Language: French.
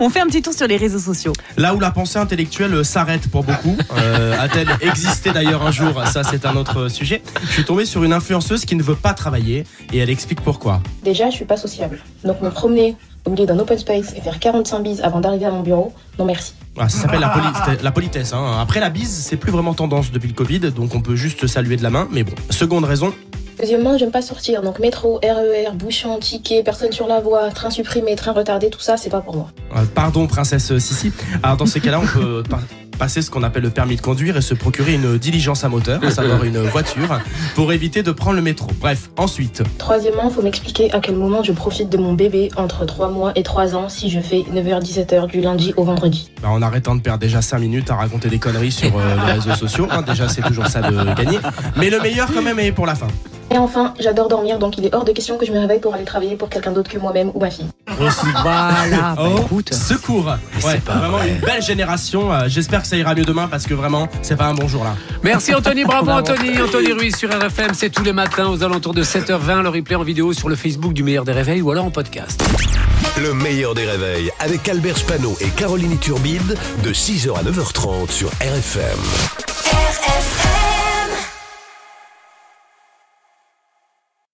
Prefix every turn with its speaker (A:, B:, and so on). A: On fait un petit tour sur les réseaux sociaux.
B: Là où la pensée intellectuelle euh, s'arrête pour beaucoup, euh, a-t-elle existé d'ailleurs un jour Ça, c'est un autre sujet. Je suis tombé sur une influenceuse qui ne veut pas travailler et elle explique pourquoi.
C: Déjà, je suis pas sociable. Donc me promener au milieu d'un open space et faire 45 bises avant d'arriver à mon bureau, non merci.
B: Ah, ça s'appelle la, poli- la politesse. hein. Après la bise, c'est plus vraiment tendance depuis le Covid, donc on peut juste se saluer de la main. Mais bon, seconde raison,
C: Deuxièmement, j'aime pas sortir. Donc métro, RER, bouchon, ticket, personne sur la voie, train supprimé, train retardé, tout ça, c'est pas pour moi.
B: euh, pardon, princesse Sissi. Alors dans ces cas-là, on peut par- passer ce qu'on appelle le permis de conduire et se procurer une diligence à moteur, à savoir une voiture, pour éviter de prendre le métro. Bref, ensuite,
C: Troisièmement, faut m'expliquer à quel moment je profite de mon bébé entre 3 mois et 3 ans si je fais 9h-17h du lundi au vendredi.
B: Bah, en arrêtant de perdre déjà 5 minutes à raconter des conneries sur euh, les réseaux sociaux. hein, déjà, c'est toujours ça de gagner. Mais le meilleur, quand même, est pour la fin.
C: Et enfin, j'adore dormir, donc il est hors de question que je me réveille pour aller travailler pour quelqu'un d'autre que moi-même ou ma fille.
A: Voilà, bah,
B: Oh,
A: écoute.
B: secours Ouais, vraiment une belle génération. Euh, J'espère que ça ira mieux demain parce que vraiment, c'est pas un bon jour là.
D: Merci Anthony, bravo Anthony. Anthony Ruiz sur RFM, c'est tous les matins aux alentours de 7h20. Le replay en vidéo sur le Facebook du meilleur des réveils ou alors en podcast.
E: Le meilleur des réveils avec Albert Spano et Caroline Turbide de 6h à 9h30 sur RFM.